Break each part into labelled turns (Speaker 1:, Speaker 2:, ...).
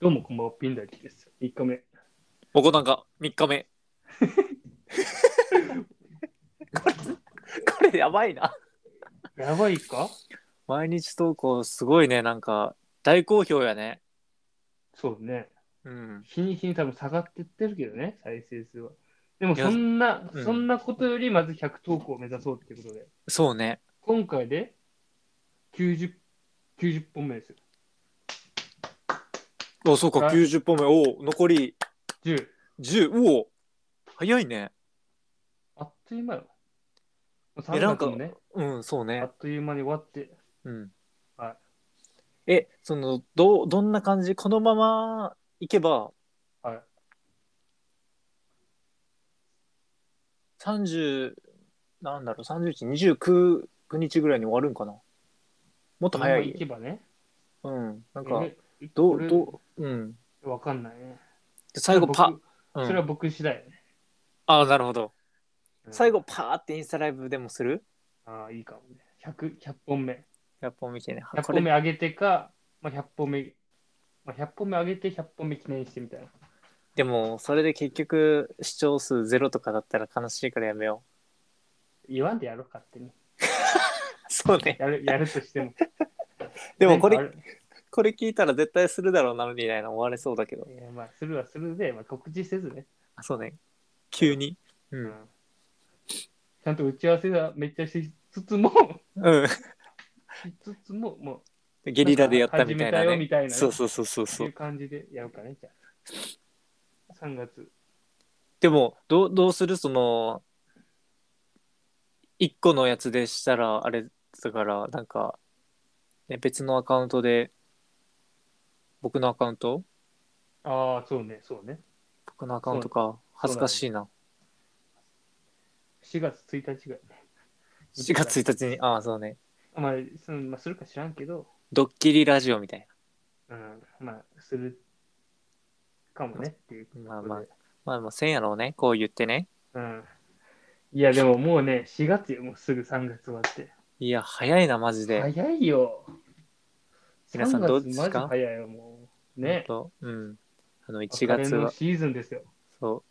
Speaker 1: どうもこんばんは、ピンダキです。3日目。
Speaker 2: おこなんか3日目。これ、これやばいな。
Speaker 1: やばいか
Speaker 2: 毎日投稿すごいね、なんか大好評やね。
Speaker 1: そうね。
Speaker 2: うん。
Speaker 1: 日に日に多分下がってってるけどね、再生数は。でもそんな、
Speaker 2: うん
Speaker 1: そんなことよりまず100投稿を目指そうってことで、
Speaker 2: そうね。
Speaker 1: 今回で90、90本目ですよ。
Speaker 2: お、そうか、
Speaker 1: はい
Speaker 2: 90本目。おお、残り
Speaker 1: 10。
Speaker 2: 10。おお、早いね。
Speaker 1: あっという間よ。
Speaker 2: え
Speaker 1: 3
Speaker 2: なん
Speaker 1: 月
Speaker 2: か
Speaker 1: もね、
Speaker 2: うん、そう
Speaker 1: あ
Speaker 2: ね。
Speaker 1: っという間に終わって、
Speaker 2: うん。
Speaker 1: は
Speaker 2: え、その、どう、どんな感じこのままいけば
Speaker 1: い。はい。
Speaker 2: 30、なんだろう、31、29 9日ぐらいに終わるんかなもっと早
Speaker 1: このまま行
Speaker 2: い。
Speaker 1: けばね。
Speaker 2: うん。なんか、
Speaker 1: え
Speaker 2: ど
Speaker 1: こ
Speaker 2: う、
Speaker 1: れ
Speaker 2: どう、うん。
Speaker 1: わかんないね。
Speaker 2: で最後、
Speaker 1: 僕
Speaker 2: パ、うん
Speaker 1: それは僕次第、ね。
Speaker 2: ああ、なるほど。
Speaker 1: うん
Speaker 2: 最後、パーってインスタライブでもする
Speaker 1: ああ、いいかもね。100、100本目。
Speaker 2: ?100 本見てね。
Speaker 1: 100
Speaker 2: こ
Speaker 1: 本目
Speaker 2: れ
Speaker 1: 上げてか、まあ、100本目、まあ、100本目上げて100本目記念してみたいな。
Speaker 2: でも、それで結局、視聴数ゼロとかだったら悲しいからやめよ
Speaker 1: 言わんでやろう、勝手に。
Speaker 2: う。 そうね。
Speaker 1: やるやるとしても。
Speaker 2: でも、こ
Speaker 1: なん
Speaker 2: れ、
Speaker 1: か
Speaker 2: これ聞いたら絶対するだろうなのに、みたいな思われそうだけど
Speaker 1: あ。るいやまあ、するはするで、まあ、告知せずね、
Speaker 2: あ、そうね。急に。う。
Speaker 1: うんんちゃんと打ち合わせはめっちゃしつつも、
Speaker 2: うん。
Speaker 1: しつつも、も
Speaker 2: ゲリラでやったみたいな
Speaker 1: 始めたよ
Speaker 2: ね。
Speaker 1: みたいなね
Speaker 2: そうそうそうそう
Speaker 1: う、
Speaker 2: そ
Speaker 1: そう
Speaker 2: う
Speaker 1: いう。感じでやろうかね、じゃあ。3月。
Speaker 2: でもどうどうするその1個のやつでしたらあれだからなんか、ね、別のアカウントで僕のアカウント
Speaker 1: ああ、そうね、そうね。
Speaker 2: 僕のアカウントか恥ずかしいな、
Speaker 1: 4月1日が、ね。
Speaker 2: 4月1日にああそうね
Speaker 1: まあ、そのまあ、するか知らんけど、
Speaker 2: ドッキリラジオみたい
Speaker 1: うん、まあ、するかもねっていう。
Speaker 2: なまあまあまあまあせんやろうねこう言ってね
Speaker 1: うんいや、でももうね、4月よ、もうすぐ3月終わって。
Speaker 2: いや早いなマジで、
Speaker 1: 早いよ。
Speaker 2: 皆さんどうですか
Speaker 1: 3月マジ早いよ、もう。ね。
Speaker 2: ほんとうんあの1
Speaker 1: 1月
Speaker 2: 月
Speaker 1: の
Speaker 2: は
Speaker 1: シーズンですよ。
Speaker 2: そ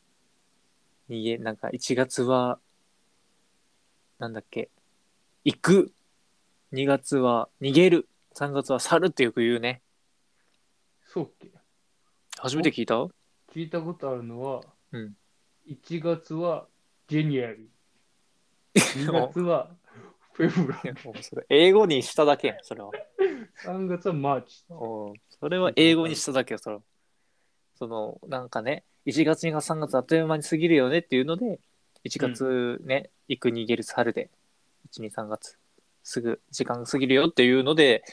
Speaker 2: う逃げなんか1月はなんだっけ行く2月は逃げる3月は去るってよく言うね
Speaker 1: そうっけ
Speaker 2: 初めて聞いた
Speaker 1: 聞いたことあるのは、
Speaker 2: うん
Speaker 1: 1月はジェニアリ ー。2月はフェブラ
Speaker 2: い。やもうそれ英語にしただけやんそれは
Speaker 1: 3月はマーチ。
Speaker 2: おうそれは英語にしただけよそれはそのなんかね1月2月3月あっという間に過ぎるよねっていうので1月ね、行く逃げる去るで123月すぐ時間が過ぎるよっていうので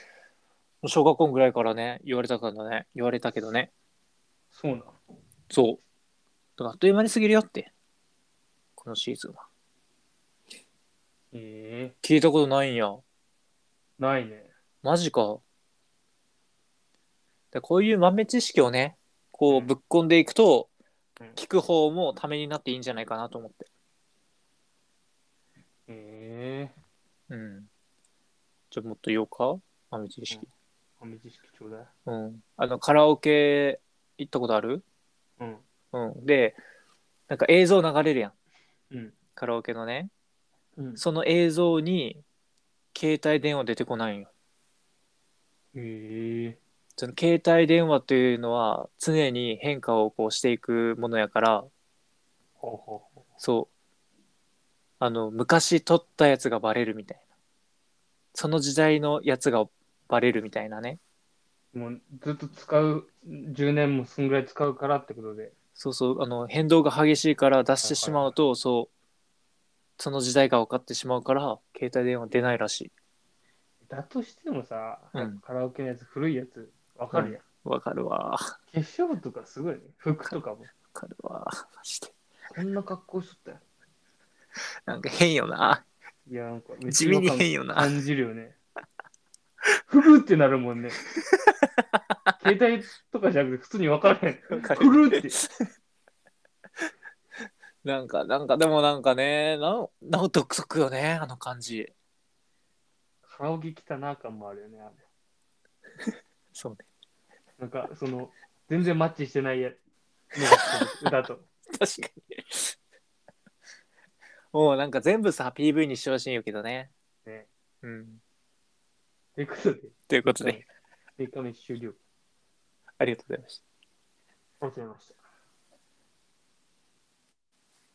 Speaker 2: 小学校ぐらいからね言われたからね言われたけどね
Speaker 1: そうなの。
Speaker 2: そう。だからあっという間に過ぎるよって。このシーズンは。
Speaker 1: ええ
Speaker 2: 聞いたことないんや。
Speaker 1: ないね。
Speaker 2: マジか。でこういう豆知識をね、こうぶっ込んでいくと
Speaker 1: うん、
Speaker 2: 聞く方もためになっていいんじゃないかなと思って。
Speaker 1: ええ
Speaker 2: うん。じゃあもっと言おうか豆知識。
Speaker 1: 豆知識ちょうだい。
Speaker 2: うん。あの、カラオケ行ったことある
Speaker 1: うん。
Speaker 2: うん。で、なんか映像流れるやん。
Speaker 1: うん。
Speaker 2: カラオケのね。
Speaker 1: うん、
Speaker 2: その映像に、携帯電話出てこないんよ。
Speaker 1: ええ
Speaker 2: その携帯電話というのは常に変化をこうしていくものやから
Speaker 1: ほうほうほう。
Speaker 2: そうあの昔撮ったやつがバレるみたいなその時代のやつがバレるみたいなね
Speaker 1: もうずっと使う、10年もそんぐらい使うからってことで。
Speaker 2: そうそうあの変動が激しいから出してしまうと、そうその時代が分かってしまうから携帯電話出ないらしい
Speaker 1: だとしてもさ、
Speaker 2: うん
Speaker 1: カラオケのやつ、古いやつ、わかるやん。
Speaker 2: わかるわわ
Speaker 1: 化粧とかすごいね。服とかも。
Speaker 2: かるわマジで
Speaker 1: こんな格好しとったよ。
Speaker 2: なんか変よない
Speaker 1: や、なんか、めっち
Speaker 2: 地
Speaker 1: ゃ違和
Speaker 2: 味
Speaker 1: 感
Speaker 2: に変よな
Speaker 1: 感じるよね。古ってなるもんね。携帯とかじゃなくて、普通にわからへん。
Speaker 2: わかる
Speaker 1: 古って。
Speaker 2: なんか、なんか、でもなんかね、なお、なお独特よね、あの感じ。
Speaker 1: カラオケ来たな感もあるよね、あれ。
Speaker 2: そうね。
Speaker 1: なんか、その、全然マッチしてないやのが好きです歌と。
Speaker 2: 確かに。もうなんか全部さ、PV にしてほしいんやけどね。
Speaker 1: ね
Speaker 2: うん。
Speaker 1: ということで、
Speaker 2: ということで、
Speaker 1: 3日目終了。
Speaker 2: ありがとうございました。
Speaker 1: お疲れ様でした。